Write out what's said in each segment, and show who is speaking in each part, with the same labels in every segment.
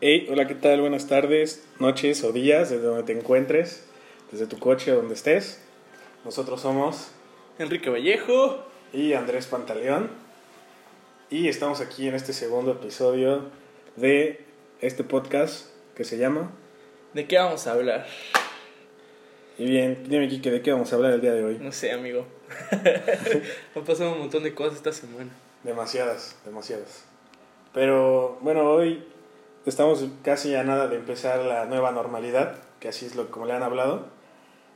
Speaker 1: Hey, hola, ¿qué tal? Buenas tardes, noches o días, desde donde te encuentres, desde tu coche o donde estés. Nosotros somos
Speaker 2: Enrique Vallejo.
Speaker 1: y Andrés Pantaleón y estamos aquí en este segundo episodio de este podcast que se llama
Speaker 2: ¿De qué vamos a hablar?
Speaker 1: Y bien, dime Kike, ¿de qué vamos a hablar el día de hoy?
Speaker 2: No sé, amigo. Han pasado un montón de cosas esta semana.
Speaker 1: Demasiadas, demasiadas. Pero bueno, hoy estamos casi a nada de empezar la nueva normalidad, que así es lo como le han hablado.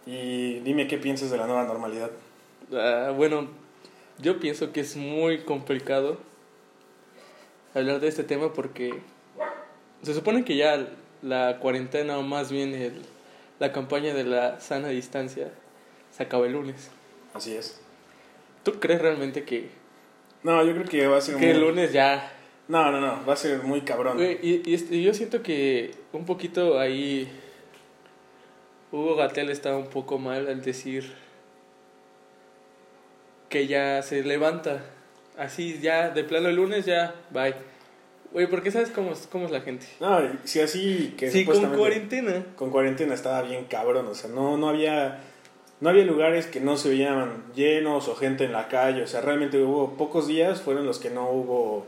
Speaker 1: Y dime qué piensas de la nueva normalidad.
Speaker 2: Ah, bueno, yo pienso que es muy complicado hablar de este tema porque se supone que ya la cuarentena o más bien el- la campaña de la sana distancia se acaba el lunes.
Speaker 1: Así es.
Speaker 2: ¿Tú crees realmente que,
Speaker 1: No, yo creo que va a ser
Speaker 2: que el
Speaker 1: muy-
Speaker 2: lunes ya
Speaker 1: No, no, no, va a ser muy cabrón.
Speaker 2: Güey, y, y este, yo siento que un poquito ahí Hugo Gatel estaba un poco mal al decir que ya se levanta. Así, ya de plano el lunes, ya, bye. Güey, porque sabes cómo es, cómo es la gente.
Speaker 1: No, y si así que
Speaker 2: Sí, con
Speaker 1: supuestamente-
Speaker 2: cuarentena.
Speaker 1: con cuarentena estaba bien cabrón, o sea, no, no había no había lugares que no se veían llenos o gente en la calle, o sea, realmente hubo pocos días fueron los que no hubo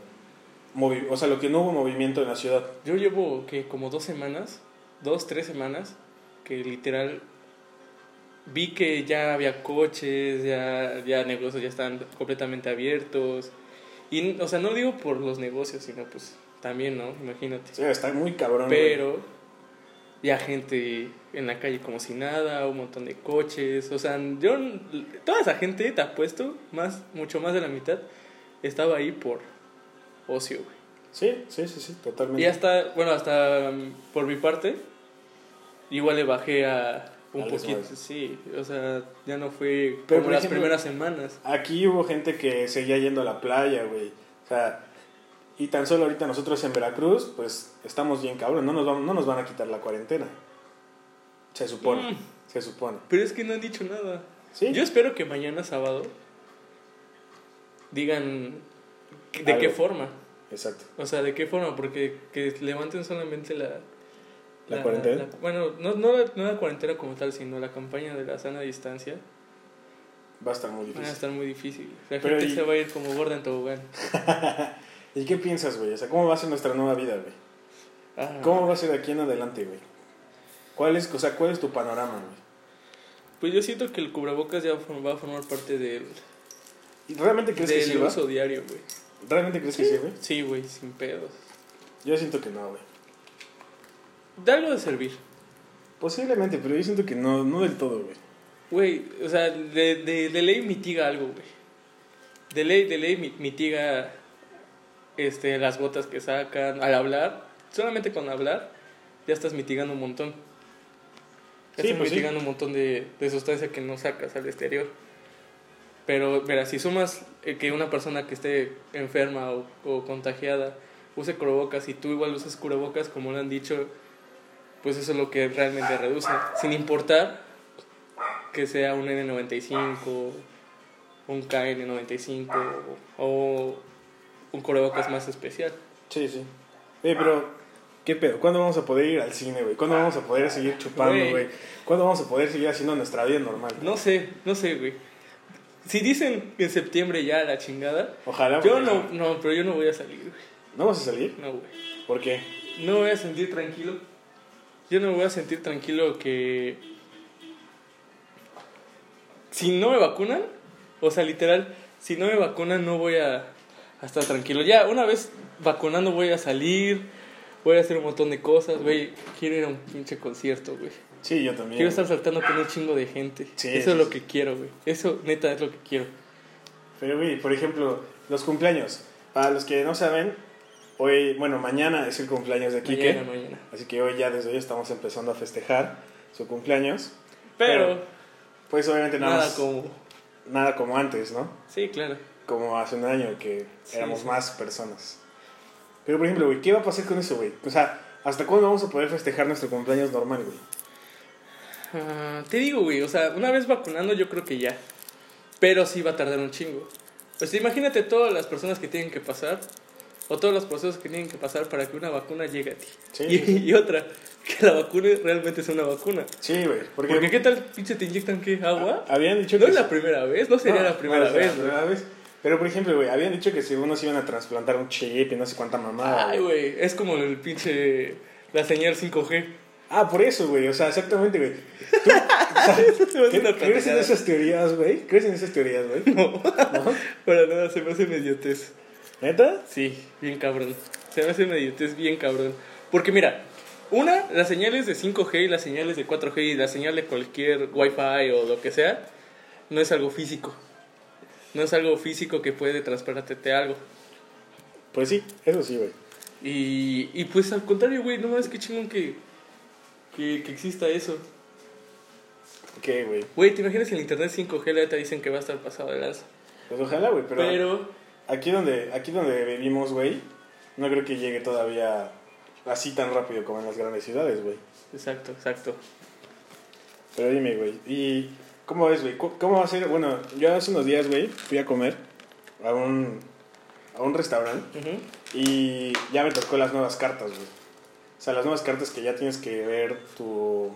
Speaker 1: movi- o sea, lo que no hubo movimiento en la ciudad.
Speaker 2: Yo llevo que como dos semanas, dos, tres semanas, que literal vi que ya había coches, ya, ya negocios ya están completamente abiertos. Y, o sea, no digo por los negocios, sino pues también, ¿no? Imagínate.
Speaker 1: O sea, está muy cabrón. güey.
Speaker 2: Pero ya gente en la calle como si nada, un montón de coches, o sea, yo toda esa gente te apuesto, más mucho más de la mitad estaba ahí por ocio, güey.
Speaker 1: Sí, sí, sí, sí, totalmente.
Speaker 2: Y hasta, bueno, hasta um, por mi parte, igual le bajé a un
Speaker 1: Al
Speaker 2: poquito,
Speaker 1: desmadre.
Speaker 2: sí, o sea, ya no fue
Speaker 1: Pero,
Speaker 2: como
Speaker 1: por
Speaker 2: las
Speaker 1: ejemplo-
Speaker 2: primeras semanas.
Speaker 1: Aquí hubo gente que seguía yendo a la playa, güey. O sea, y tan solo ahorita nosotros en Veracruz, pues estamos bien cabrón, no nos van, no nos van a quitar la cuarentena. Se supone,
Speaker 2: Mm.
Speaker 1: se supone.
Speaker 2: Pero es que no han dicho nada.
Speaker 1: Sí.
Speaker 2: Yo espero que mañana sábado digan que- de qué
Speaker 1: Algo.
Speaker 2: forma.
Speaker 1: Exacto.
Speaker 2: O sea, de qué forma, porque que levanten solamente la...
Speaker 1: ¿La cuarentena?
Speaker 2: la- bueno, no, no, la, no la cuarentena como tal, sino la campaña de la sana distancia.
Speaker 1: Va a estar muy
Speaker 2: Van a
Speaker 1: difícil.
Speaker 2: estar muy difícil. La
Speaker 1: Pero
Speaker 2: gente
Speaker 1: y-
Speaker 2: se va a ir como gorda en tobogán.
Speaker 1: ¿Y qué piensas, güey? O sea, ¿cómo va a ser nuestra nueva vida, güey?
Speaker 2: Ah.
Speaker 1: ¿Cómo va a ser de aquí en adelante, güey? ¿Cuál es, o sea, cuál es tu panorama, güey?
Speaker 2: Pues yo siento que el cubrebocas ya form- va a formar parte del,
Speaker 1: ¿Y ¿Realmente crees que
Speaker 2: del
Speaker 1: sí, güey?
Speaker 2: uso diario, güey.
Speaker 1: ¿Realmente crees que sí, güey?
Speaker 2: Sí, güey, sin pedos.
Speaker 1: Yo siento que no, güey.
Speaker 2: De algo de servir.
Speaker 1: Posiblemente, pero yo siento que no, no del todo, güey.
Speaker 2: Güey, o sea, de, de, de ley mitiga algo, güey. De ley, de ley mi- mitiga este, las gotas que sacan al hablar. Solamente con hablar ya estás mitigando un montón. Ya
Speaker 1: Sí,
Speaker 2: estás
Speaker 1: pues sí.
Speaker 2: mitigando un montón de, de sustancia que no sacas al exterior. Pero, verás, si sumas eh, que una persona que esté enferma o, o contagiada use cubrebocas y tú igual usas cubrebocas, como lo han dicho, pues eso es lo que realmente reduce. Sin importar que sea un N95, un KN95 o un cubrebocas más especial.
Speaker 1: Sí, sí. Oye, pero, ¿qué pedo? ¿Cuándo vamos a poder ir al cine, güey? ¿Cuándo vamos a poder seguir chupando,
Speaker 2: Güey.
Speaker 1: güey? ¿Cuándo vamos a poder seguir haciendo nuestra vida normal?
Speaker 2: No sé, no sé, güey. Si dicen que en septiembre ya la chingada,
Speaker 1: Ojalá.
Speaker 2: yo
Speaker 1: güey.
Speaker 2: no, no, pero yo no voy a salir, güey.
Speaker 1: ¿No vamos a salir?
Speaker 2: No, güey.
Speaker 1: ¿Por qué?
Speaker 2: No me voy a sentir tranquilo. Yo no me voy a sentir tranquilo que. Si no me vacunan, o sea, literal, si no me vacunan, no voy a, a estar tranquilo. Ya, una vez vacunando, voy a salir, voy a hacer un montón de cosas, güey. Quiero ir a un pinche concierto, güey.
Speaker 1: Sí, yo también.
Speaker 2: Quiero estar saltando con un chingo de gente.
Speaker 1: Sí,
Speaker 2: Eso
Speaker 1: sí,
Speaker 2: es lo
Speaker 1: sí.
Speaker 2: que quiero, güey. Eso, neta, es lo que quiero.
Speaker 1: Pero, güey, por ejemplo, los cumpleaños. Para los que no saben, hoy, bueno, mañana es el cumpleaños de Quique.
Speaker 2: Mañana, mañana.
Speaker 1: Así que hoy ya desde hoy estamos empezando a festejar su cumpleaños.
Speaker 2: Pero,
Speaker 1: Pues obviamente nada,
Speaker 2: nada
Speaker 1: más-
Speaker 2: como.
Speaker 1: nada como antes, ¿no?
Speaker 2: Sí, claro.
Speaker 1: Como hace un año que
Speaker 2: Sí,
Speaker 1: éramos
Speaker 2: sí.
Speaker 1: más personas. Pero, por ejemplo, güey, ¿qué va a pasar con eso, güey? O sea, ¿hasta cuándo vamos a poder festejar nuestro cumpleaños normal, güey?
Speaker 2: Ah, te digo, güey, o sea, una vez vacunando yo creo que ya. Pues Pero sí va a tardar un chingo. O sea, imagínate todas las personas que tienen que pasar o todos los procesos que tienen que pasar para que una vacuna llegue a ti.
Speaker 1: Sí.
Speaker 2: Y, y otra, que la vacuna realmente sea una vacuna.
Speaker 1: Sí, güey. Porque,
Speaker 2: Porque ¿qué tal, pinche, te inyectan qué? ¿Agua?
Speaker 1: habían dicho
Speaker 2: No
Speaker 1: que
Speaker 2: es la
Speaker 1: sí.
Speaker 2: primera vez, no sería
Speaker 1: No,
Speaker 2: la primera
Speaker 1: Ah, no, no,
Speaker 2: vez.
Speaker 1: la
Speaker 2: güey.
Speaker 1: primera vez. Pero, por ejemplo, güey, habían dicho que si unos iban a trasplantar un chip y no sé cuánta mamada.
Speaker 2: Ay,
Speaker 1: güey.
Speaker 2: güey, es como el pinche, la señal 5G.
Speaker 1: Ah, por eso, güey. O sea, exactamente, güey.
Speaker 2: Eso se me hace
Speaker 1: ¿Qué-
Speaker 2: una
Speaker 1: ¿Crees en
Speaker 2: pendejada.
Speaker 1: esas teorías, güey? ¿Crees en esas teorías, güey?
Speaker 2: No, para nada, se me hace una idiotez.
Speaker 1: ¿Neta?
Speaker 2: Sí, bien cabrón. Se me hace una idiotez bien cabrón. Porque mira, una, las señales de 5G y las señales de 4G y la señal de cualquier Wi-Fi o lo que sea, no es algo físico. No es algo físico que puede transportarte algo.
Speaker 1: Pues sí, eso sí, güey.
Speaker 2: Y, y pues al contrario, güey, no mames, qué chingón que, que, que exista eso.
Speaker 1: Ok, güey.
Speaker 2: Güey, ¿te imaginas el internet 5G? La neta dicen que va a estar pasado de lanza.
Speaker 1: Pues ojalá, güey. Pero,
Speaker 2: Pero,
Speaker 1: aquí donde aquí donde vivimos, güey, no creo que llegue todavía así tan rápido como en las grandes ciudades, güey.
Speaker 2: exacto, exacto.
Speaker 1: Pero dime, güey. ¿Y cómo ves, güey? ¿Cu- ¿Cómo va a ser? Bueno, yo hace unos días, güey, fui a comer a un, a un restaurante
Speaker 2: Ujú.
Speaker 1: y ya me tocó las nuevas cartas, güey. O sea, las nuevas cartas que ya tienes que ver tu,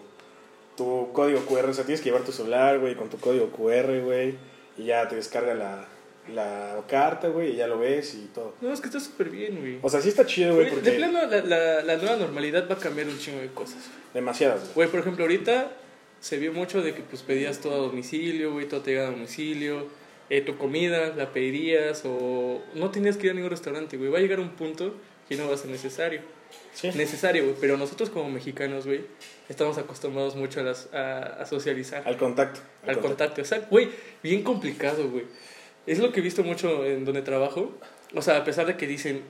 Speaker 1: tu código QR. O sea, tienes que llevar tu celular, güey, con tu código QR, güey. Y ya te descarga la, la carta, güey, y ya lo ves y todo.
Speaker 2: No, es que está súper bien, güey.
Speaker 1: O sea, sí está chido, güey,
Speaker 2: Güey,
Speaker 1: porque...
Speaker 2: De plano, la, la- la nueva normalidad va a cambiar un chingo de cosas.
Speaker 1: Demasiadas, güey.
Speaker 2: Güey, por ejemplo, ahorita se vio mucho de que pues pedías todo a domicilio, güey, todo te llega a domicilio. eh, tu comida la pedirías o no tenías que ir a ningún restaurante, güey. Va a llegar un punto que no va a ser necesario.
Speaker 1: Sí.
Speaker 2: Necesario, güey. Pero nosotros como mexicanos, güey, estamos acostumbrados mucho a, las, a, a socializar.
Speaker 1: Al contacto.
Speaker 2: Al contacto, exacto. Güey, bien complicado, güey. Es lo que he visto mucho en donde trabajo. O sea, a pesar de que dicen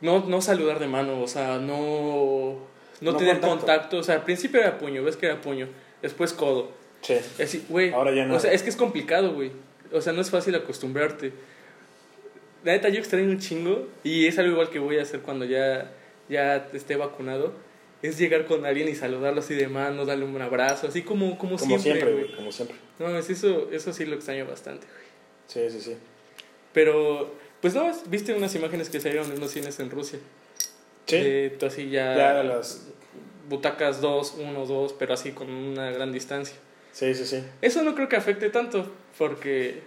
Speaker 2: no, no saludar de mano, o sea, no, no,
Speaker 1: No
Speaker 2: tener
Speaker 1: contacto.
Speaker 2: contacto. O sea, al principio era puño, ves que era puño, después codo.
Speaker 1: Sí.
Speaker 2: Y Así, güey.
Speaker 1: Ahora ya no.
Speaker 2: O sea, es que es complicado, güey. O sea, no es fácil acostumbrarte. La neta, yo extraño un chingo y es algo igual que voy a hacer cuando ya, ya esté vacunado. Es llegar con alguien y saludarlo así de mano, darle un abrazo, así como, como,
Speaker 1: Como
Speaker 2: siempre,
Speaker 1: siempre,
Speaker 2: güey.
Speaker 1: güey. Como siempre.
Speaker 2: No mames, eso, eso sí lo extraño bastante, güey.
Speaker 1: Sí, sí, sí.
Speaker 2: Pero, pues no, viste unas imágenes que salieron en los cines en Rusia.
Speaker 1: Sí.
Speaker 2: De, tú así ya,
Speaker 1: ya las...
Speaker 2: butacas 2, 1, 2, pero así con una gran distancia.
Speaker 1: Sí, sí, sí.
Speaker 2: Eso no creo que afecte tanto, porque...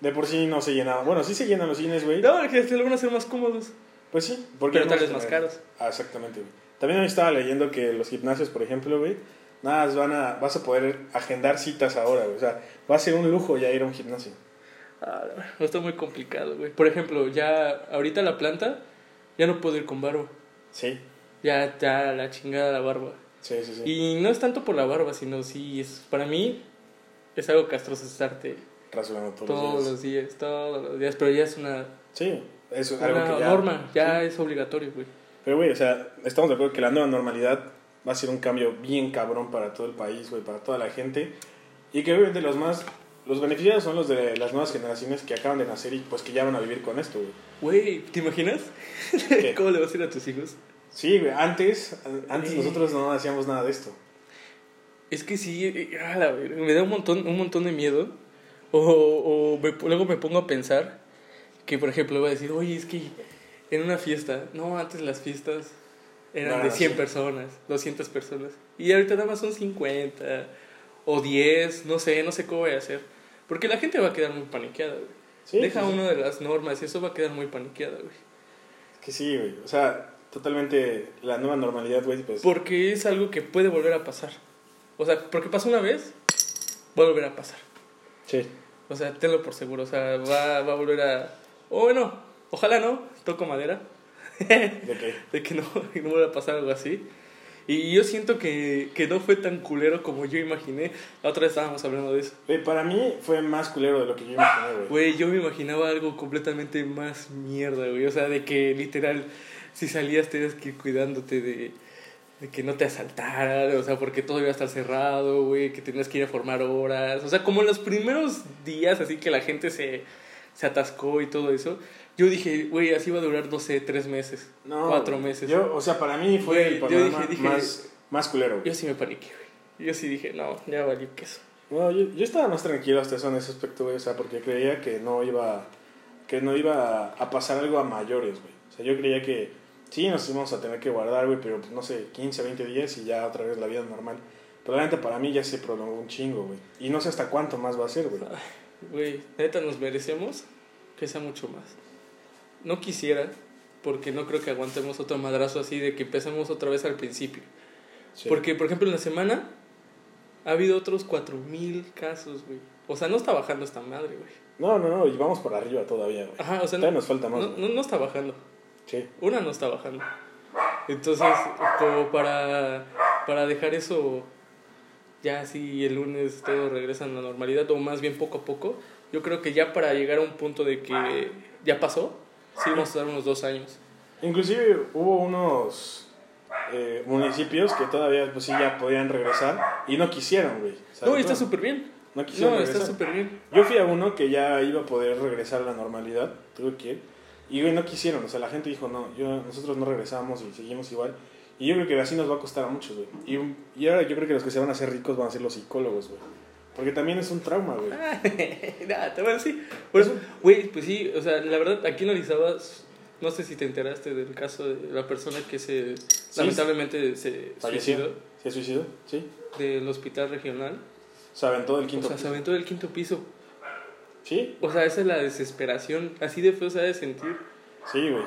Speaker 1: De por sí no se llenaban. Bueno, sí se llenan los cines, güey.
Speaker 2: No, que se lo van a hacer más cómodos.
Speaker 1: Pues sí. Porque
Speaker 2: Pero
Speaker 1: no
Speaker 2: tal
Speaker 1: se
Speaker 2: vez más
Speaker 1: llenan.
Speaker 2: caros.
Speaker 1: Ah, exactamente, güey. También estaba leyendo que los gimnasios, por ejemplo, güey, nada, más van a, vas a poder agendar citas ahora, güey. O sea, va a ser un lujo ya ir a un gimnasio.
Speaker 2: Ah, no, está muy complicado, güey. Por ejemplo, ya ahorita la planta ya no puedo ir con barba.
Speaker 1: Sí.
Speaker 2: Ya, ya la chingada la barba.
Speaker 1: Sí, sí, sí.
Speaker 2: Y no es tanto por la barba, sino sí, es, para mí es algo castroso estarte
Speaker 1: Rasurando todos, los
Speaker 2: Todos
Speaker 1: días.
Speaker 2: los días, todos los días, pero ya es una,
Speaker 1: Sí. Es
Speaker 2: una
Speaker 1: algo que ya...
Speaker 2: norma, ya es obligatorio, güey.
Speaker 1: Pero, güey, o sea, estamos de acuerdo que la nueva normalidad va a ser un cambio bien cabrón para todo el país, güey, para toda la gente. Y que obviamente los más. Los beneficiados son los de las nuevas generaciones que acaban de nacer y pues que ya van a vivir con esto, güey.
Speaker 2: Güey, ¿te imaginas?
Speaker 1: ¿Qué?
Speaker 2: ¿Cómo le vas a ir a tus hijos?
Speaker 1: Sí, güey, antes, a- antes
Speaker 2: Sí.
Speaker 1: nosotros no hacíamos nada de esto.
Speaker 2: Es que sí, eh, a la verga, me da un montón, un montón de miedo. O, o me- luego me pongo a pensar que, por ejemplo, voy a decir, oye, es que en una fiesta, no, antes las fiestas eran
Speaker 1: No,
Speaker 2: de 100
Speaker 1: sí.
Speaker 2: personas, 200 personas. Y ahorita nada más son 50 o 10, no sé, no sé cómo voy a hacer. Porque la gente va a quedar muy paniqueada, güey.
Speaker 1: Sí,
Speaker 2: Deja
Speaker 1: pues,
Speaker 2: uno de las normas y eso va a quedar muy paniqueado, güey.
Speaker 1: es Que sí, güey. O sea, totalmente la nueva normalidad, güey, pues.
Speaker 2: Porque es algo que puede volver a pasar. O sea, porque pasó una vez, va a volver a pasar.
Speaker 1: Sí.
Speaker 2: O sea, tenlo por seguro. O sea, va, va a volver a... O bueno, ojalá no, toco madera,
Speaker 1: ¿De qué?
Speaker 2: de que no, que no vuelva a pasar algo así. Y yo siento que, que no fue tan culero como yo imaginé. La otra vez estábamos hablando de eso.
Speaker 1: Güey, para mí fue más culero de lo que yo imaginé, güey.
Speaker 2: Güey, yo me imaginaba algo completamente más mierda, güey. O sea, de que literal, si salías tenías que ir cuidándote de, de que no te asaltaran, o sea, porque todo iba a estar cerrado, güey, que tenías que ir a formar horas. O sea, como en los primeros días, así que la gente se, se atascó y todo eso. Yo dije, güey, así va a durar, no sé, tres meses,
Speaker 1: No.
Speaker 2: cuatro
Speaker 1: güey.
Speaker 2: meses. Yo,
Speaker 1: Yo, o sea, para mí fue
Speaker 2: Güey,
Speaker 1: el
Speaker 2: yo
Speaker 1: panorama
Speaker 2: dije- dije-
Speaker 1: más, más culero, güey.
Speaker 2: sí me paniqué, güey. Yo sí dije, no, ya valió queso.
Speaker 1: No, yo, yo estaba más tranquilo hasta eso en ese aspecto, güey, o sea, porque creía que no iba que no iba a, a pasar algo a mayores, güey. O sea, yo creía que sí, nos íbamos a tener que guardar, güey, pero pues, no sé, 15, 20 días y ya otra vez la vida normal. Pero realmente para mí ya se prolongó un chingo, güey. Y no sé hasta cuánto más va a ser, güey.
Speaker 2: Güey, neta, nos merecemos que sea mucho más. No quisiera, porque no creo que aguantemos otro madrazo así de que empecemos otra vez al principio.
Speaker 1: Sí.
Speaker 2: Porque, por ejemplo, en la semana ha habido otros 4.000 casos, güey. O sea, no está bajando esta madre, güey.
Speaker 1: No, no, no, y vamos para arriba todavía, güey.
Speaker 2: Ajá, o sea,
Speaker 1: Todavía
Speaker 2: no,
Speaker 1: nos falta más,
Speaker 2: Ah, no,
Speaker 1: güey.
Speaker 2: no- no está bajando.
Speaker 1: Sí.
Speaker 2: Una no está bajando. Entonces, como para, para dejar eso ya así el lunes todo regresa a la normalidad, o más bien poco a poco, yo creo que ya para llegar a un punto de que ya pasó, sí vamos a dar unos dos años.
Speaker 1: Inclusive hubo unos eh, municipios que todavía, pues sí, ya podían regresar y no quisieron, güey. O sea,
Speaker 2: No, y está súper bien.
Speaker 1: no
Speaker 2: No,
Speaker 1: quisieron
Speaker 2: está
Speaker 1: regresar.
Speaker 2: súper bien.
Speaker 1: Yo fui a uno que ya iba a poder regresar a la normalidad, tuve que ir, y güey, no quisieron, o sea, la gente dijo, no, yo, nosotros no regresamos y seguimos igual. Y yo creo que así nos va a costar a muchos, güey. Y, y ahora yo creo que los que se van a hacer ricos van a ser los psicólogos, güey. Porque también es un trauma, güey.
Speaker 2: Ah. Nada, te voy a decir. Por eso, güey, pues sí, o sea, la verdad, aquí en Orizaba, no sé si te enteraste del caso de la persona que se, lamentablemente, se
Speaker 1: Falleció.
Speaker 2: suicidó
Speaker 1: ¿Se suicidó? Sí.
Speaker 2: del hospital regional.
Speaker 1: Se aventó del quinto.
Speaker 2: o sea, se
Speaker 1: piso.
Speaker 2: aventó del quinto piso.
Speaker 1: Sí,
Speaker 2: O sea, esa es la desesperación. Así de feo se ha de sentir.
Speaker 1: sí, güey.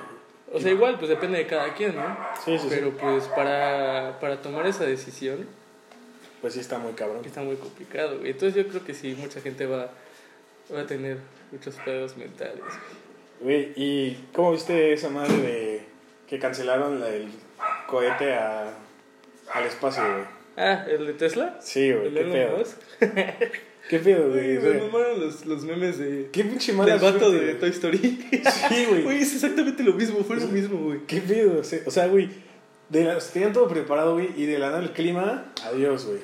Speaker 2: O sea, igual, pues depende de cada quien, ¿no?
Speaker 1: Sí, sí, sí.
Speaker 2: Pero pues para, para tomar esa decisión
Speaker 1: Pues sí está muy cabrón.
Speaker 2: está muy complicado. güey. Entonces yo creo que sí, mucha gente va, va a tener muchos pedos mentales.
Speaker 1: Güey, ¿y cómo viste esa madre de que cancelaron la- el cohete a- al espacio, güey?
Speaker 2: Ah, ¿el de Tesla?
Speaker 1: Sí, güey,
Speaker 2: ¿El
Speaker 1: qué
Speaker 2: Elon
Speaker 1: pedo.
Speaker 2: Musk?
Speaker 1: Qué pedo, güey.
Speaker 2: Güey, me
Speaker 1: güey.
Speaker 2: mamaron los, los memes de...
Speaker 1: Qué pinche mala
Speaker 2: Del vato
Speaker 1: suerte,
Speaker 2: de Toy
Speaker 1: güey.
Speaker 2: Story.
Speaker 1: Sí, güey.
Speaker 2: Güey, es exactamente lo mismo, fue lo mismo, güey.
Speaker 1: Qué pedo, o sea- o sea, güey. De la, tenían todo preparado, güey, y de la nada el clima, adiós, güey.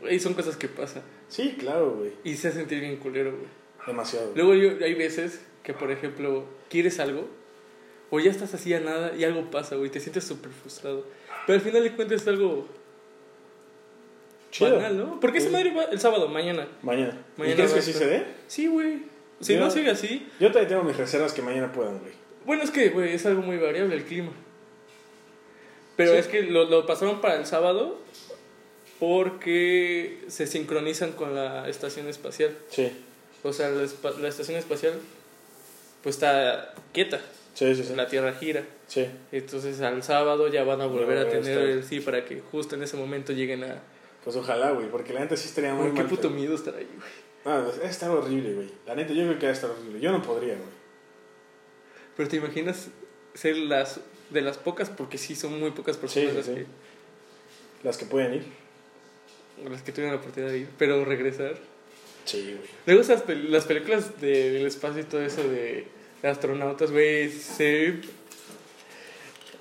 Speaker 2: Güey, son cosas que pasan.
Speaker 1: Sí, claro, güey.
Speaker 2: Y se hace sentir bien culero, güey.
Speaker 1: Demasiado.
Speaker 2: Luego yo, hay veces que, por ejemplo, quieres algo o ya estás así a nada y algo pasa, güey, te sientes súper frustrado. Pero al final de cuentas es algo
Speaker 1: Chido.
Speaker 2: banal, ¿no? Porque esa
Speaker 1: Sí.
Speaker 2: madre va el sábado, mañana.
Speaker 1: Mañana.
Speaker 2: Mañana
Speaker 1: ¿Y crees
Speaker 2: va
Speaker 1: que
Speaker 2: a
Speaker 1: sí
Speaker 2: estar.
Speaker 1: se dé?
Speaker 2: Sí, güey. Si
Speaker 1: Ya.
Speaker 2: no sigue así.
Speaker 1: Yo todavía tengo mis reservas que mañana puedan, güey.
Speaker 2: Bueno, es que, güey, es algo muy variable el clima. Pero
Speaker 1: Sí.
Speaker 2: es que lo, lo pasaron para el sábado porque se sincronizan con la estación espacial.
Speaker 1: Sí,
Speaker 2: O sea, la, espa- la estación espacial pues está quieta,
Speaker 1: sí, sí, sí.
Speaker 2: la Tierra gira.
Speaker 1: Sí.
Speaker 2: Entonces al sábado ya van a volver a
Speaker 1: No,
Speaker 2: tener
Speaker 1: está-
Speaker 2: el sí para que justo en ese momento lleguen a...
Speaker 1: Pues ojalá, güey, porque la neta sí estaría muy
Speaker 2: Uy, qué
Speaker 1: mal.
Speaker 2: puto miedo estar ahí, güey.
Speaker 1: No, pues, está horrible, güey. La neta, yo creo que va a estar horrible. Yo no podría, güey.
Speaker 2: Pero te imaginas ser las de las pocas, porque sí son muy pocas personas
Speaker 1: Sí,
Speaker 2: las,
Speaker 1: sí, sí. Las que pueden ir.
Speaker 2: Que, las que tuvieron la oportunidad de ir, pero regresar.
Speaker 1: Sí, güey.
Speaker 2: Luego esas pel- las películas de- del espacio y todo eso de, de astronautas, güey, se...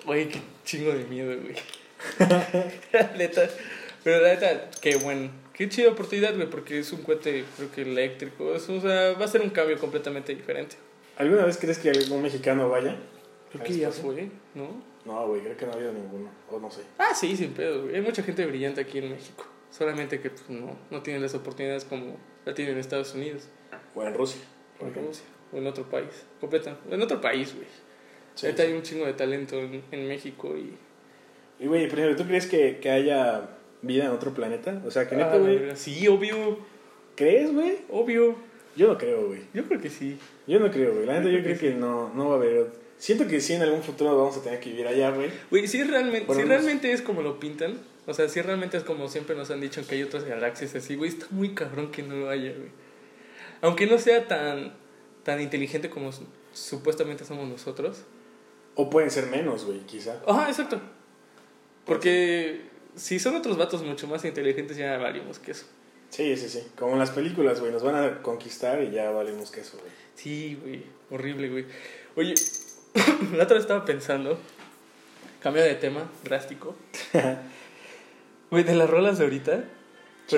Speaker 2: Güey, qué chingo de miedo, güey. La neta. Pero la neta, qué bueno. Qué chida oportunidad, güey, porque es un cohete, creo que eléctrico. es- o sea, va a ser un cambio completamente diferente.
Speaker 1: ¿Alguna vez crees que algún mexicano vaya?
Speaker 2: Creo
Speaker 1: ¿Al
Speaker 2: que ya
Speaker 1: espacio?
Speaker 2: fue, ¿no?
Speaker 1: No, güey, creo que no ha habido ninguno. O no sé.
Speaker 2: Ah, sí, sin pedo, güey. Hay mucha gente brillante aquí en México. Solamente que pues, no, no tienen las oportunidades como la tienen en Estados Unidos,
Speaker 1: O en Rusia.
Speaker 2: o
Speaker 1: por
Speaker 2: en
Speaker 1: ejemplo.
Speaker 2: Rusia, o en otro país. Completa. En otro país, güey.
Speaker 1: Sí,
Speaker 2: Ahorita
Speaker 1: sí.
Speaker 2: hay un chingo de talento en, en México y...
Speaker 1: Y, güey, por ejemplo, ¿tú crees que, que haya vida en otro planeta? O sea, que neta,
Speaker 2: Ah,
Speaker 1: güey.
Speaker 2: verga, sí, obvio,
Speaker 1: ¿Crees, güey?
Speaker 2: obvio.
Speaker 1: Yo no creo, güey.
Speaker 2: Yo creo que sí.
Speaker 1: Yo no creo, güey. La neta,
Speaker 2: Yo
Speaker 1: yo creo
Speaker 2: creo
Speaker 1: que no, no va a haber. Siento que sí, en algún futuro vamos a tener que vivir allá, güey.
Speaker 2: Güey, si realmente,
Speaker 1: Bueno,
Speaker 2: si
Speaker 1: no sé.
Speaker 2: realmente es como lo pintan, o sea, si realmente es como siempre nos han dicho que hay otras galaxias así, güey, está muy cabrón que no lo haya, güey. Aunque no sea tan, tan inteligente como su- supuestamente somos nosotros.
Speaker 1: O pueden ser menos, güey, quizá.
Speaker 2: Ajá, exacto. Porque si son otros vatos mucho más inteligentes ya valimos que eso.
Speaker 1: Sí, sí, sí. Como en las películas, güey. Nos van a conquistar y ya valemos queso, güey.
Speaker 2: Sí, güey, horrible, güey. Oye, la otra vez estaba pensando, cambio de tema drástico. Güey, de las rolas de ahorita, por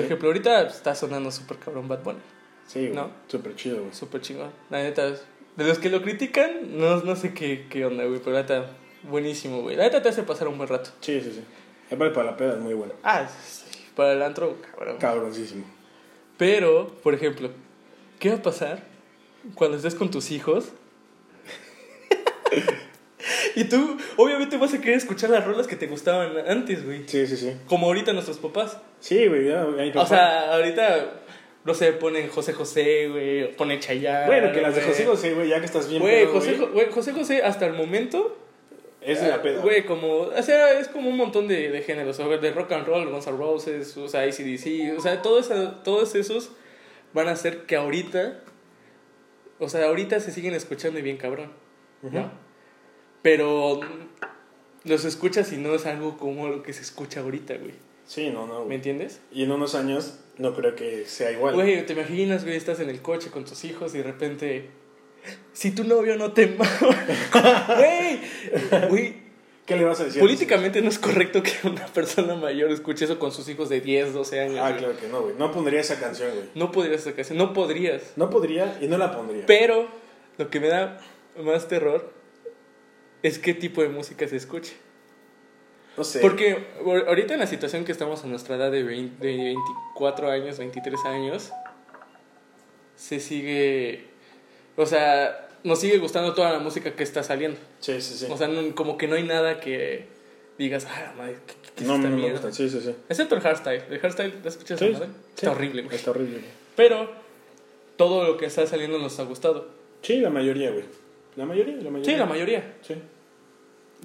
Speaker 1: Sí.
Speaker 2: ejemplo, ahorita está sonando súper cabrón Bad Bunny,
Speaker 1: Sí, güey.
Speaker 2: ¿No?
Speaker 1: Súper chido, güey.
Speaker 2: súper chingón. La neta, de los que lo critican, no, no sé qué, qué onda, güey, pero la neta, buenísimo, güey. La neta te hace pasar un buen rato.
Speaker 1: Sí, sí, sí. Aparte, para la peda es muy bueno.
Speaker 2: Ah, sí, para el antro, cabrón.
Speaker 1: Cabroncísimo.
Speaker 2: Pero, por ejemplo, ¿qué va a pasar cuando estés con tus hijos Y tú, obviamente, vas a querer escuchar las rolas que te gustaban antes, güey.
Speaker 1: Sí, sí, sí.
Speaker 2: Como ahorita nuestros papás.
Speaker 1: Sí, güey, ya, ahí
Speaker 2: O
Speaker 1: papá.
Speaker 2: sea, ahorita, no sé, ponen José José, güey, o ponen Chayanne.
Speaker 1: Bueno, que las de
Speaker 2: güey.
Speaker 1: José José, güey, ya que estás bien.
Speaker 2: Güey,
Speaker 1: pedo,
Speaker 2: José, Jo- güey, José José, hasta el momento.
Speaker 1: Es de
Speaker 2: ah,
Speaker 1: la peda.
Speaker 2: Güey, como. O sea, es como un montón de, de géneros. O sea, de rock and roll, Guns N' Roses, o sea, ACDC. O sea, todo esa- todos esos van a hacer que ahorita. O sea, ahorita se siguen escuchando y bien cabrón.
Speaker 1: Ujú.
Speaker 2: ¿no? Pero mm, los escuchas y no es algo como lo que se escucha ahorita, güey.
Speaker 1: Sí, no, no,
Speaker 2: ¿Me
Speaker 1: güey.
Speaker 2: entiendes?
Speaker 1: Y en unos años no creo que sea igual.
Speaker 2: Güey, te imaginas, güey, estás en el coche con tus hijos y de repente. Si tu novio no te mama. Güey, güey,
Speaker 1: ¿Qué le vas a decir?
Speaker 2: políticamente no es correcto que una persona mayor escuche eso con sus hijos de 10, 12 años.
Speaker 1: Ah,
Speaker 2: güey.
Speaker 1: claro que no, güey. No pondría esa canción, güey.
Speaker 2: No podrías sacarse, no podrías.
Speaker 1: No podría y no la pondría.
Speaker 2: Pero lo que me da más terror es qué tipo de música se escucha.
Speaker 1: no sé.
Speaker 2: Porque ahor- ahorita en la situación que estamos a nuestra edad de, 20 de 24 años, 23 años, se sigue. O sea, nos sigue gustando toda la música que está saliendo.
Speaker 1: Sí, sí, sí.
Speaker 2: O sea, no- como que no hay nada que digas, ah, la madre, ¿qué, qué es
Speaker 1: no,
Speaker 2: esta
Speaker 1: no me
Speaker 2: mierda?".
Speaker 1: gusta. Sí, sí, sí.
Speaker 2: Excepto el hardstyle. El hardstyle, ¿la escuchas?
Speaker 1: Sí,
Speaker 2: esa madre?
Speaker 1: sí.
Speaker 2: Está horrible, güey.
Speaker 1: Está horrible, güey.
Speaker 2: Pero todo lo que está saliendo nos ha gustado.
Speaker 1: Sí, la mayoría, güey. La mayoría, la mayoría.
Speaker 2: Sí, la mayoría.
Speaker 1: Sí.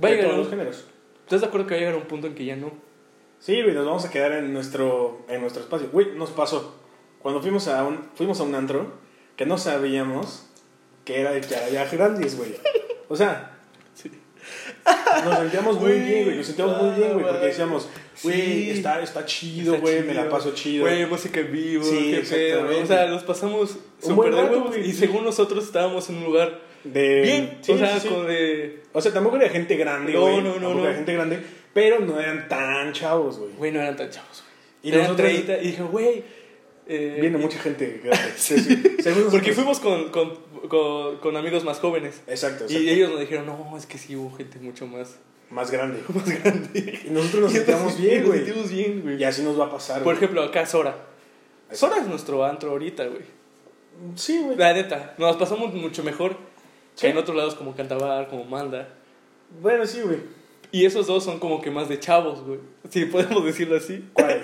Speaker 2: Va a
Speaker 1: De
Speaker 2: llegar
Speaker 1: todos los
Speaker 2: un-
Speaker 1: géneros.
Speaker 2: ¿Estás de acuerdo que va a llegar un punto en que ya no?
Speaker 1: Sí, güey, nos vamos a quedar en nuestro, en nuestro espacio. Güey, nos pasó. Cuando fuimos a un, fuimos a un antro que no sabíamos que era de Caraya Grandis, güey. O sea,
Speaker 2: Sí.
Speaker 1: nos sentíamos muy
Speaker 2: Güey,
Speaker 1: bien, güey. Nos sentíamos muy bien, güey, porque decíamos, güey,
Speaker 2: Sí.
Speaker 1: está, está chido,
Speaker 2: Está
Speaker 1: güey, me la paso chido.
Speaker 2: Güey, música en vivo,
Speaker 1: Sí,
Speaker 2: qué pedo.
Speaker 1: exactamente.
Speaker 2: O sea, los pasamos
Speaker 1: Un buen
Speaker 2: súper de
Speaker 1: rato,
Speaker 2: huevos
Speaker 1: güey.
Speaker 2: y según nosotros estábamos en un lugar
Speaker 1: De-
Speaker 2: bien.
Speaker 1: sí,
Speaker 2: o sea,
Speaker 1: sí, sí.
Speaker 2: como de.
Speaker 1: O sea, tampoco era gente grande,
Speaker 2: No,
Speaker 1: güey.
Speaker 2: no, no,
Speaker 1: Tampoco
Speaker 2: no.
Speaker 1: era gente grande, pero no eran tan chavos, güey.
Speaker 2: Güey, no eran tan chavos,
Speaker 1: Y
Speaker 2: güey. Eran
Speaker 1: nosotros-
Speaker 2: 30 y dije, güey. eh,
Speaker 1: Viene mucha gente grande. Sí, sí. Según nosotros-
Speaker 2: Porque fuimos con, con, con, con amigos más jóvenes.
Speaker 1: Exacto, exacto.
Speaker 2: Y ellos nos dijeron, no, es que sí hubo gente mucho más,
Speaker 1: Más grande.
Speaker 2: más grande.
Speaker 1: Y nosotros nos
Speaker 2: Y
Speaker 1: sentíamos
Speaker 2: entonces,
Speaker 1: bien,
Speaker 2: Nos
Speaker 1: güey.
Speaker 2: sentimos bien, güey.
Speaker 1: Y así nos va a pasar,
Speaker 2: Por
Speaker 1: güey.
Speaker 2: ejemplo, acá Sora. Sora es nuestro antro ahorita, güey.
Speaker 1: Sí, güey.
Speaker 2: La neta, nos pasamos mucho mejor
Speaker 1: Sí.
Speaker 2: que en otros lados como Cantabar, como Manda.
Speaker 1: Bueno, sí, güey.
Speaker 2: Y esos dos son como que más de chavos, güey. Si podemos decirlo así.
Speaker 1: ¿Cuál?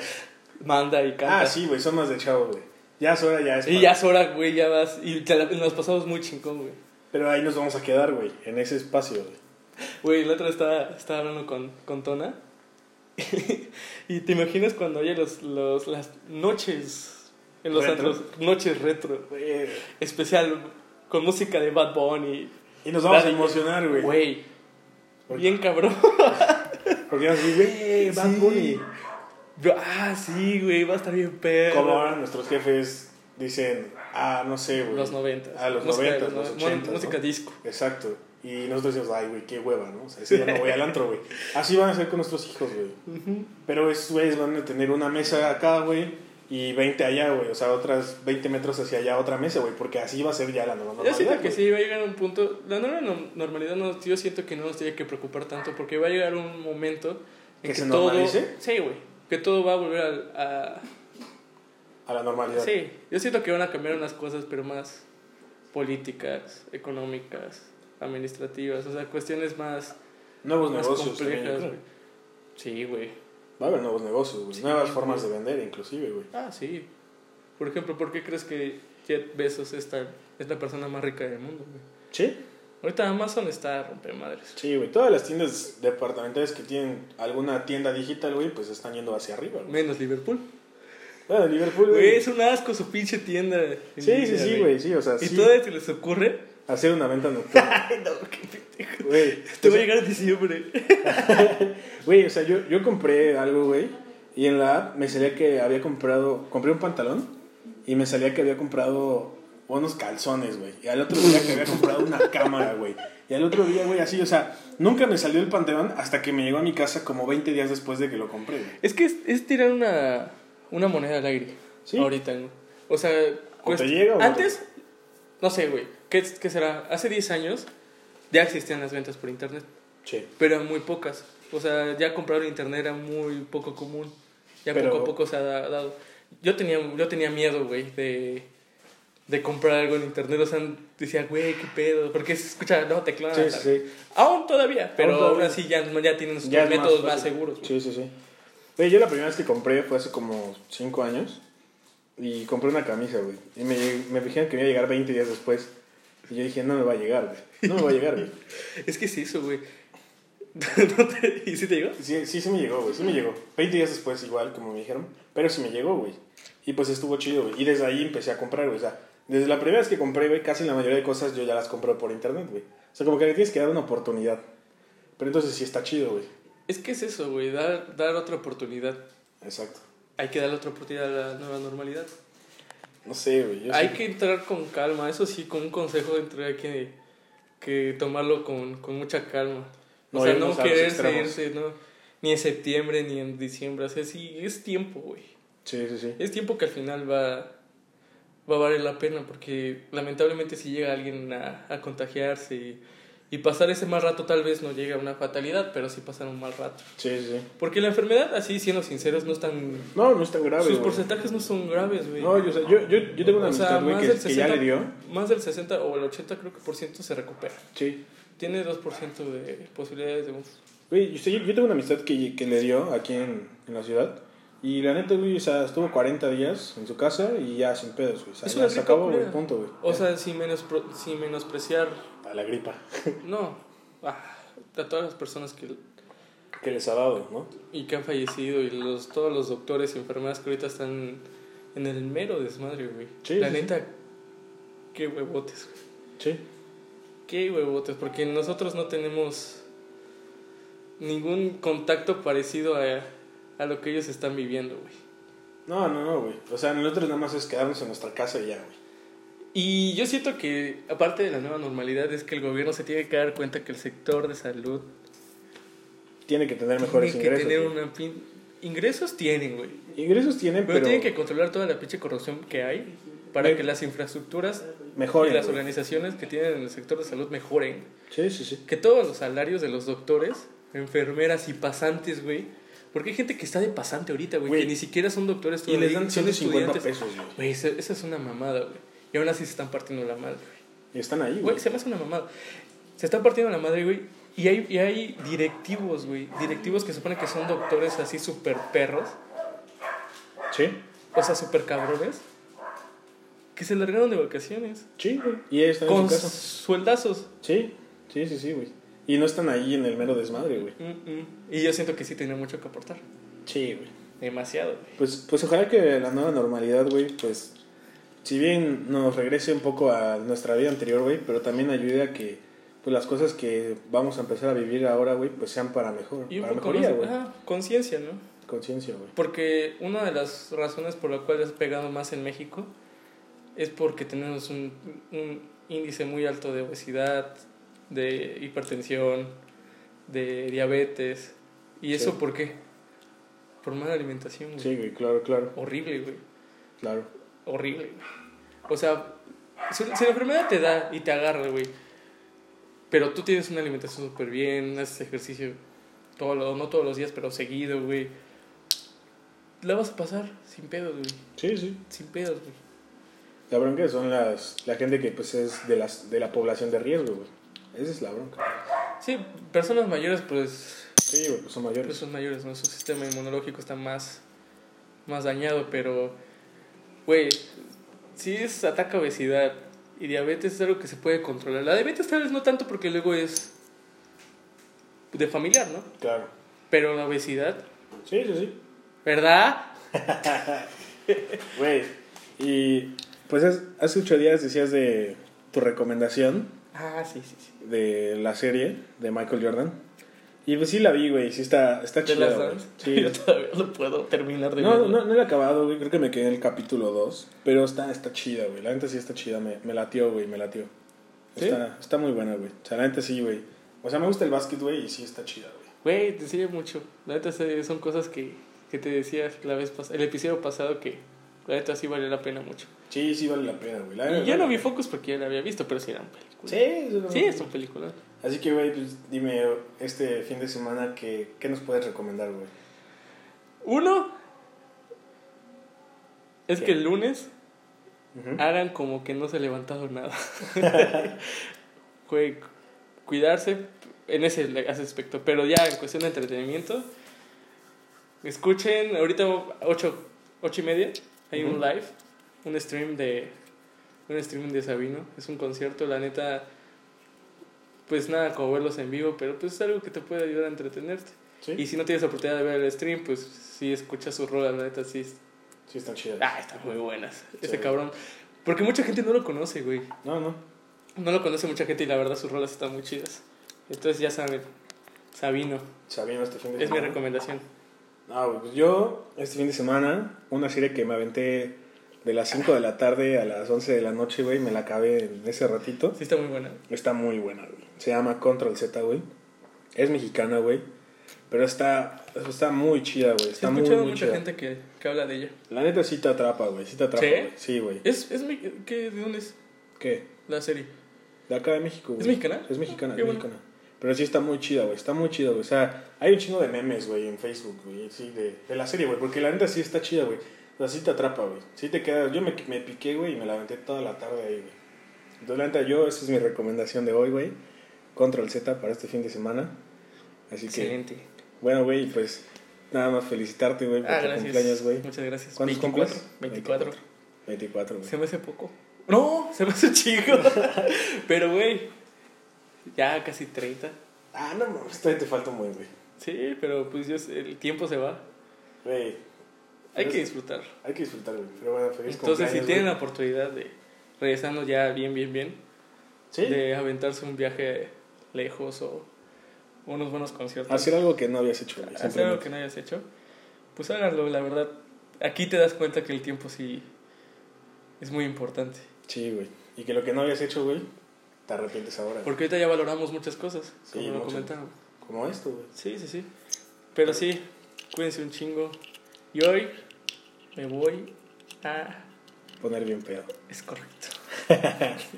Speaker 2: Manda y Canta.
Speaker 1: Ah, sí, güey, son más de chavo, güey. Ya Sora ya es.
Speaker 2: Y ya Sora, güey, ya vas. Y te la- nos pasamos muy chingón, güey.
Speaker 1: Pero ahí nos vamos a quedar, güey, en ese espacio, güey.
Speaker 2: Güey, la otra vez estaba, estaba hablando con, con Tona. y te imaginas cuando oye los, los, las noches. En los
Speaker 1: Retro.
Speaker 2: antros, noches retro.
Speaker 1: Güey.
Speaker 2: Especial con música de Bad Bunny.
Speaker 1: Y nos vamos a
Speaker 2: Dale,
Speaker 1: emocionar, güey.
Speaker 2: Güey, bien cabrón.
Speaker 1: Porque vamos a decir, güey, Bad
Speaker 2: Sí.
Speaker 1: Bunny.
Speaker 2: Ah, sí, güey, va a estar bien pedo.
Speaker 1: Como ahora nuestros jefes dicen, ah, no sé, güey.
Speaker 2: Los 90.
Speaker 1: Ah, los
Speaker 2: Música de
Speaker 1: 90,
Speaker 2: no-
Speaker 1: los 80.
Speaker 2: Música
Speaker 1: ¿no?
Speaker 2: disco.
Speaker 1: Exacto. Y nosotros decimos, ay, güey, qué hueva, ¿no? O sea, ese ya no voy al antro, güey. Así van a ser con nuestros hijos, güey. Pero esos güeyes van a tener una mesa acá, güey, y 20 allá, güey. O sea, otras 20 metros hacia allá otra mesa, güey. Porque así va a ser ya la nueva
Speaker 2: Yo
Speaker 1: normalidad.
Speaker 2: siento que
Speaker 1: güey.
Speaker 2: sí, va a llegar un punto. La nueva no- normalidad, no, yo siento que no nos tiene que preocupar tanto porque va a llegar un momento
Speaker 1: ¿Que se normalice?
Speaker 2: Sí, güey. Que todo va a volver al- a.
Speaker 1: A la normalidad.
Speaker 2: Sí, yo siento que van a cambiar unas cosas, pero más políticas, económicas, administrativas, o sea, cuestiones más,
Speaker 1: Nuevos
Speaker 2: más
Speaker 1: negocios. también, yo
Speaker 2: complejas,
Speaker 1: creo.
Speaker 2: güey. Sí, güey.
Speaker 1: Va a haber nuevos negocios, güey.
Speaker 2: Sí,
Speaker 1: Nuevas
Speaker 2: güey.
Speaker 1: formas de vender, inclusive, güey.
Speaker 2: Ah, sí. Por ejemplo, ¿por qué crees que Jeff Bezos es, tan- es la persona más rica del mundo? güey?
Speaker 1: Sí.
Speaker 2: Ahorita Amazon está a romper madres.
Speaker 1: Sí, güey. Todas las tiendas departamentales que tienen alguna tienda digital, güey, pues están yendo hacia arriba, güey.
Speaker 2: Menos Liverpool.
Speaker 1: Bueno, Liverpool,
Speaker 2: Güey,
Speaker 1: güey.
Speaker 2: es un asco su pinche tienda.
Speaker 1: Sí, sí, sí, güey. Sí, o sea,
Speaker 2: ¿Y
Speaker 1: sí.
Speaker 2: todavía se les ocurre?
Speaker 1: Hacer una venta nocturna.
Speaker 2: Ay, no, qué
Speaker 1: Este
Speaker 2: pendejo.
Speaker 1: Güey.
Speaker 2: Te va a llegar en diciembre.
Speaker 1: Güey, o sea, yo, yo compré algo, güey, y en la app me salía que había comprado, compré un pantalón y me salía que había comprado unos calzones, güey. Y al otro día que había comprado una cámara, güey. Y al otro día, güey, así, o sea, nunca me salió el pantalón hasta que me llegó a mi casa como 20 días después de que lo compré, güey.
Speaker 2: Es que es, es tirar una, una moneda al aire.
Speaker 1: Sí.
Speaker 2: Ahorita, ¿no? O sea, cuesta-
Speaker 1: llega o no te-
Speaker 2: antes, no sé, güey. ¿qué, ¿Qué será? Hace 10 años ya existían las ventas por internet.
Speaker 1: Che.
Speaker 2: pero eran muy pocas. O sea, ya comprar en internet era muy poco común. Ya
Speaker 1: Pero-
Speaker 2: poco a poco se ha da- dado. Yo tenía, yo tenía miedo, güey, de, de comprar algo en internet. O sea, decía, güey, qué pedo. Porque se escucha, no, te clonan.
Speaker 1: Sí,
Speaker 2: tal.
Speaker 1: sí, sí.
Speaker 2: Aún todavía, pero aún,
Speaker 1: todavía.
Speaker 2: así ya, ya tienen sus
Speaker 1: Ya es
Speaker 2: métodos
Speaker 1: más
Speaker 2: más,
Speaker 1: fácil.
Speaker 2: seguros. güey.
Speaker 1: Sí, sí, sí. Güey, yo la primera vez que compré fue hace como 5 años. Y compré una camisa, güey. Y me, me dijeron que me iba a llegar 20 días después. Y yo dije, no me va a llegar, güey. No me va a llegar, güey.
Speaker 2: Es que sí, eso, güey. ¿No te- ¿Y si te digo?
Speaker 1: Sí, sí, sí me llegó, güey. Sí me llegó. 20 días después, igual, como me dijeron. Pero sí me llegó, güey. Y pues estuvo chido, güey. Y desde ahí empecé a comprar, güey. O sea, desde la primera vez que compré, güey, casi la mayoría de cosas yo ya las compro por internet, güey. O sea, como que le tienes que dar una oportunidad. Pero entonces sí está chido, güey.
Speaker 2: Es que es eso, güey, dar, dar otra oportunidad.
Speaker 1: Exacto.
Speaker 2: Hay que darle otra oportunidad a la nueva normalidad.
Speaker 1: No sé, güey. yo
Speaker 2: Hay
Speaker 1: sí-
Speaker 2: que entrar con calma, eso sí, con un consejo de entrar hay que, que tomarlo con, con mucha calma. O
Speaker 1: No
Speaker 2: sea,
Speaker 1: irnos
Speaker 2: no
Speaker 1: a los
Speaker 2: quererse
Speaker 1: extremos.
Speaker 2: irse, ¿no? Ni en septiembre, ni en diciembre, o sea, sí, es tiempo, güey.
Speaker 1: Sí, sí, sí.
Speaker 2: Es tiempo que al final va, va a valer la pena, porque lamentablemente si llega alguien a, a contagiarse y, y pasar ese mal rato, tal vez no llega a una fatalidad, pero sí pasar un mal rato.
Speaker 1: Sí, sí, sí.
Speaker 2: Porque la enfermedad, así siendo sinceros, no es tan...
Speaker 1: No, no es tan grave.
Speaker 2: sus
Speaker 1: güey.
Speaker 2: porcentajes no son graves, güey.
Speaker 1: No, yo, o sea, yo, yo, yo tengo una
Speaker 2: O sea,
Speaker 1: amistad, güey,
Speaker 2: más
Speaker 1: que,
Speaker 2: del
Speaker 1: que ya
Speaker 2: 60
Speaker 1: le dio.
Speaker 2: Más del 60 o el 80 creo que por ciento se recupera.
Speaker 1: Sí.
Speaker 2: Tiene 2% de posibilidades de un...
Speaker 1: Güey, yo, yo tengo una amistad que, que le dio aquí en, en la ciudad. Y la neta, güey, o sea, estuvo 40 días en su casa y ya sin pedos, güey. O sea,
Speaker 2: Es
Speaker 1: ya
Speaker 2: una
Speaker 1: se
Speaker 2: gripa
Speaker 1: acabó, güey,
Speaker 2: culera.
Speaker 1: punto, güey.
Speaker 2: O
Speaker 1: Ya.
Speaker 2: sea, sin, menospro- sin menospreciar...
Speaker 1: a la gripa
Speaker 2: No. ah, a todas las personas que,
Speaker 1: que les ha dado, ¿no?
Speaker 2: y que han fallecido y los, todos los doctores y enfermeras que ahorita están en el mero desmadre, güey.
Speaker 1: Sí,
Speaker 2: la
Speaker 1: sí, sí.
Speaker 2: neta, qué huevotes, güey.
Speaker 1: Sí.
Speaker 2: Qué huevotes, porque nosotros no tenemos ningún contacto parecido a, a lo que ellos están viviendo, güey.
Speaker 1: No, no, no, güey. O sea, nosotros nada más es quedarnos en nuestra casa y ya, güey.
Speaker 2: Y yo siento que, aparte de la nueva normalidad, es que el gobierno se tiene que dar cuenta que el sector de salud
Speaker 1: Tiene que tener mejores
Speaker 2: tiene
Speaker 1: ingresos.
Speaker 2: que tener
Speaker 1: güey.
Speaker 2: una pin- Ingresos tienen, güey.
Speaker 1: Ingresos tienen,
Speaker 2: Pero,
Speaker 1: pero,
Speaker 2: tienen que controlar toda la pinche corrupción que hay para
Speaker 1: Me-
Speaker 2: que las infraestructuras
Speaker 1: mejoren,
Speaker 2: y las
Speaker 1: güey.
Speaker 2: organizaciones que tienen en el sector de salud mejoren.
Speaker 1: Sí, sí, sí.
Speaker 2: Que todos los salarios de los doctores, enfermeras y pasantes, güey. Porque hay gente que está de pasante ahorita, güey,
Speaker 1: Güey.
Speaker 2: que ni siquiera son doctores
Speaker 1: Y les
Speaker 2: todavía,
Speaker 1: dan
Speaker 2: son
Speaker 1: 150
Speaker 2: estudiantes.
Speaker 1: pesos, güey.
Speaker 2: Güey, esa, esa es una mamada, güey. Y aún así se están partiendo la madre, güey.
Speaker 1: Y están ahí, güey.
Speaker 2: Güey, se me hace una mamada. Se están partiendo la madre, güey. Y hay, y hay directivos, güey. Directivos que suponen que son doctores así súper perros.
Speaker 1: Sí.
Speaker 2: O sea, súper cabrones. Que se largaron de vacaciones.
Speaker 1: Sí, güey. Y ellos están en
Speaker 2: Con
Speaker 1: su casa.
Speaker 2: sueldazos.
Speaker 1: Sí, sí, sí, sí, güey. Y no están ahí en el mero desmadre, güey.
Speaker 2: Mm, mm. Y yo siento que sí tienen mucho que aportar.
Speaker 1: Sí, güey.
Speaker 2: Demasiado, güey.
Speaker 1: Pues, pues ojalá que la nueva normalidad, güey, pues, si bien nos regrese un poco a nuestra vida anterior, güey, pero también ayude a que pues, las cosas que vamos a empezar a vivir ahora, güey, pues sean para mejor,
Speaker 2: Y un
Speaker 1: para
Speaker 2: poco
Speaker 1: mejoría,
Speaker 2: más
Speaker 1: güey.
Speaker 2: ah, conciencia, ¿no?
Speaker 1: Conciencia, güey.
Speaker 2: Porque una de las razones por la cual has pegado más en México es porque tenemos un, un índice muy alto de obesidad, de hipertensión, de diabetes. ¿Y eso
Speaker 1: Sí.
Speaker 2: por qué? Por mala alimentación, güey.
Speaker 1: Sí, güey, claro, claro,
Speaker 2: Horrible, güey.
Speaker 1: claro.
Speaker 2: Horrible, güey. O sea, si, si la enfermedad te da y te agarra, güey, pero tú tienes una alimentación súper bien, haces ejercicio, todo lo- no todos los días, pero seguido, güey, la vas a pasar sin pedos, güey.
Speaker 1: Sí, sí.
Speaker 2: Sin pedos, güey.
Speaker 1: La bronca son las, la gente que, pues, es de, las, de la población de riesgo, güey. Esa es la bronca.
Speaker 2: Sí, personas mayores, pues,
Speaker 1: Sí, güey, pues son
Speaker 2: pues
Speaker 1: mayores.
Speaker 2: son mayores, ¿no? Su sistema inmunológico está más, más dañado, pero, güey, sí es ataca obesidad y diabetes es algo que se puede controlar. La diabetes tal vez no tanto porque luego es de familiar, ¿no?
Speaker 1: Claro.
Speaker 2: Pero la obesidad,
Speaker 1: Sí, sí, sí.
Speaker 2: ¿verdad?
Speaker 1: Güey, y pues es- hace ocho días decías de tu recomendación
Speaker 2: Ah, sí, sí, sí.
Speaker 1: de la serie de Michael Jordan. Y pues sí la vi, güey, sí está, está
Speaker 2: ¿De las
Speaker 1: chida. güey.
Speaker 2: dos?
Speaker 1: Sí.
Speaker 2: Yo todavía no puedo terminar de
Speaker 1: No,
Speaker 2: verla.
Speaker 1: no, no la he acabado, güey, creo que me quedé en el capítulo 2, pero está, está chida, güey, la neta sí está chida, me, me latió, güey, me latió.
Speaker 2: ¿Sí?
Speaker 1: Está, está muy buena, güey, o sea, la neta sí, güey. O sea, me gusta el básquet, güey, y sí está chida, güey.
Speaker 2: Güey, te enseña mucho. La neta se- son cosas que, que te decía la vez pas- el episodio pasado que la neta sí valió la pena mucho.
Speaker 1: Sí, sí vale la pena, güey. la-
Speaker 2: Y yo
Speaker 1: vale
Speaker 2: no
Speaker 1: la
Speaker 2: vi
Speaker 1: pena.
Speaker 2: Focus porque ya la había visto, pero sí eran películas.
Speaker 1: Sí, es una-
Speaker 2: Sí, es un película.
Speaker 1: Así que, güey, pues dime este fin de semana, que, ¿qué nos puedes recomendar, güey?
Speaker 2: Uno es
Speaker 1: ¿Qué?
Speaker 2: que el lunes
Speaker 1: Ujú.
Speaker 2: hagan como que no se ha levantado nada. Güey, cuidarse en ese, ese aspecto. Pero ya en cuestión de entretenimiento, escuchen ahorita 8, ocho y media. Hay un
Speaker 1: Ujú.
Speaker 2: live, un stream de un streaming de Sabino. Es un concierto, la neta. Pues nada, como verlos en vivo, pero pues es algo que te puede ayudar a entretenerte.
Speaker 1: Sí,
Speaker 2: Y si no tienes oportunidad de ver el stream, pues si escuchas sus rolas, la neta sí
Speaker 1: sí están chidas.
Speaker 2: Ah, están muy buenas.
Speaker 1: Sí.
Speaker 2: Ese cabrón. Porque mucha gente no lo conoce, güey.
Speaker 1: No, no.
Speaker 2: No lo conoce mucha gente y la verdad sus rolas están muy chidas. Entonces ya saben, Sabino,
Speaker 1: Sabino este fin de
Speaker 2: es mi
Speaker 1: semana.
Speaker 2: recomendación.
Speaker 1: Ah, güey, pues yo este fin de semana, una serie que me aventé de las 5 de la tarde a las 11 de la noche, güey, me la acabé en ese ratito.
Speaker 2: Sí está muy buena.
Speaker 1: Está muy buena, güey. Se llama Control Z, güey. Es mexicana, güey. Pero está, está muy chida, güey.
Speaker 2: Sí, He
Speaker 1: Está muy,
Speaker 2: escuchado
Speaker 1: muy
Speaker 2: mucha
Speaker 1: chida.
Speaker 2: gente que, que habla de ella.
Speaker 1: La neta sí te atrapa, güey. Sí te atrapa,
Speaker 2: ¿Sí? Eh.
Speaker 1: güey. Sí, güey.
Speaker 2: Es, es mi- ¿qué, ¿De dónde es
Speaker 1: ¿Qué?
Speaker 2: la serie?
Speaker 1: De acá de México, güey.
Speaker 2: ¿Es mexicana? Ah,
Speaker 1: Es mexicana,
Speaker 2: Qué
Speaker 1: es
Speaker 2: bueno.
Speaker 1: mexicana. Pero sí está muy chida, güey. Está muy chida, güey. O sea, hay un chingo de memes, güey, en Facebook, güey. Sí, de, de la serie, güey. Porque la neta sí está chida, güey. O sea, sí te atrapa, güey. Sí te queda. Yo me, me piqué, güey, y me la aventé toda la tarde ahí, güey. Entonces, la neta, yo, esa es mi recomendación de hoy, güey. Control Z para este fin de semana. Así que,
Speaker 2: Excelente.
Speaker 1: bueno, güey, pues nada más felicitarte, güey, por
Speaker 2: Ah,
Speaker 1: tu
Speaker 2: gracias.
Speaker 1: cumpleaños, güey.
Speaker 2: Muchas gracias.
Speaker 1: ¿Cuántos
Speaker 2: 24,
Speaker 1: cumples?
Speaker 2: 24.
Speaker 1: 24, güey.
Speaker 2: Se me hace poco. No, se me hace chico. Pero, güey, ya casi 30.
Speaker 1: Ah, no, mames, todavía te falta un buen, güey.
Speaker 2: Sí, pero pues yo, sé, el tiempo se va.
Speaker 1: Güey,
Speaker 2: Hay
Speaker 1: Pero
Speaker 2: que
Speaker 1: es-
Speaker 2: disfrutarlo.
Speaker 1: hay que disfrutar, güey. Pero bueno, feliz
Speaker 2: Entonces,
Speaker 1: cumpleaños,
Speaker 2: si tienen
Speaker 1: güey.
Speaker 2: la oportunidad de, regresando ya bien, bien, bien,
Speaker 1: Sí.
Speaker 2: de aventarse un viaje lejos o unos buenos conciertos,
Speaker 1: Hacer algo que no habías hecho, güey.
Speaker 2: hacer algo que no hayas hecho, pues háganlo, la verdad. Aquí te das cuenta que el tiempo sí es muy importante.
Speaker 1: Sí, güey. Y que lo que no habías hecho, güey, te arrepientes ahora.
Speaker 2: Porque ahorita ya valoramos muchas cosas,
Speaker 1: Sí,
Speaker 2: como lo
Speaker 1: mucho.
Speaker 2: comentamos.
Speaker 1: Como esto, güey.
Speaker 2: Sí, sí, sí. Pero sí, cuídense un chingo. Y hoy me voy a...
Speaker 1: Poner bien pedo.
Speaker 2: Es correcto.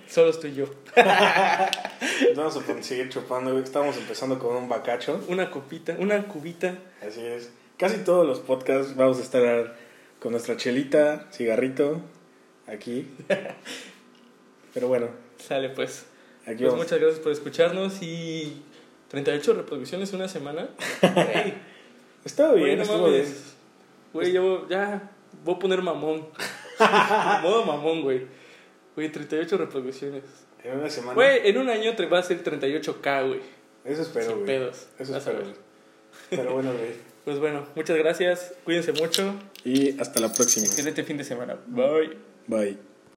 Speaker 2: Solo estoy yo.
Speaker 1: Vamos a pon- seguir chupando, güey. Estamos empezando con un bacacho.
Speaker 2: Una copita, una cubita
Speaker 1: Así es. Casi todos los podcasts vamos a estar con nuestra chelita, cigarrito, aquí. Pero bueno,
Speaker 2: Sale pues.
Speaker 1: aquí
Speaker 2: Pues
Speaker 1: vamos.
Speaker 2: muchas gracias por escucharnos y 38 reproducciones en una semana. Güey,
Speaker 1: Estuvo
Speaker 2: güey,
Speaker 1: bien,
Speaker 2: no
Speaker 1: estuvo
Speaker 2: mames.
Speaker 1: bien.
Speaker 2: Güey, yo ya voy a poner mamón. Modo mamón, güey. Güey, 38 reproducciones.
Speaker 1: En una semana.
Speaker 2: Güey, en un año te va a ser 38k, güey.
Speaker 1: Eso espero,
Speaker 2: Sin
Speaker 1: güey.
Speaker 2: pedos.
Speaker 1: Eso
Speaker 2: Vas a
Speaker 1: espero,
Speaker 2: ver.
Speaker 1: güey. Pero bueno, güey.
Speaker 2: Pues bueno, muchas gracias. Cuídense mucho.
Speaker 1: Y hasta la próxima.
Speaker 2: Excelente fin de semana. Bye.
Speaker 1: Bye.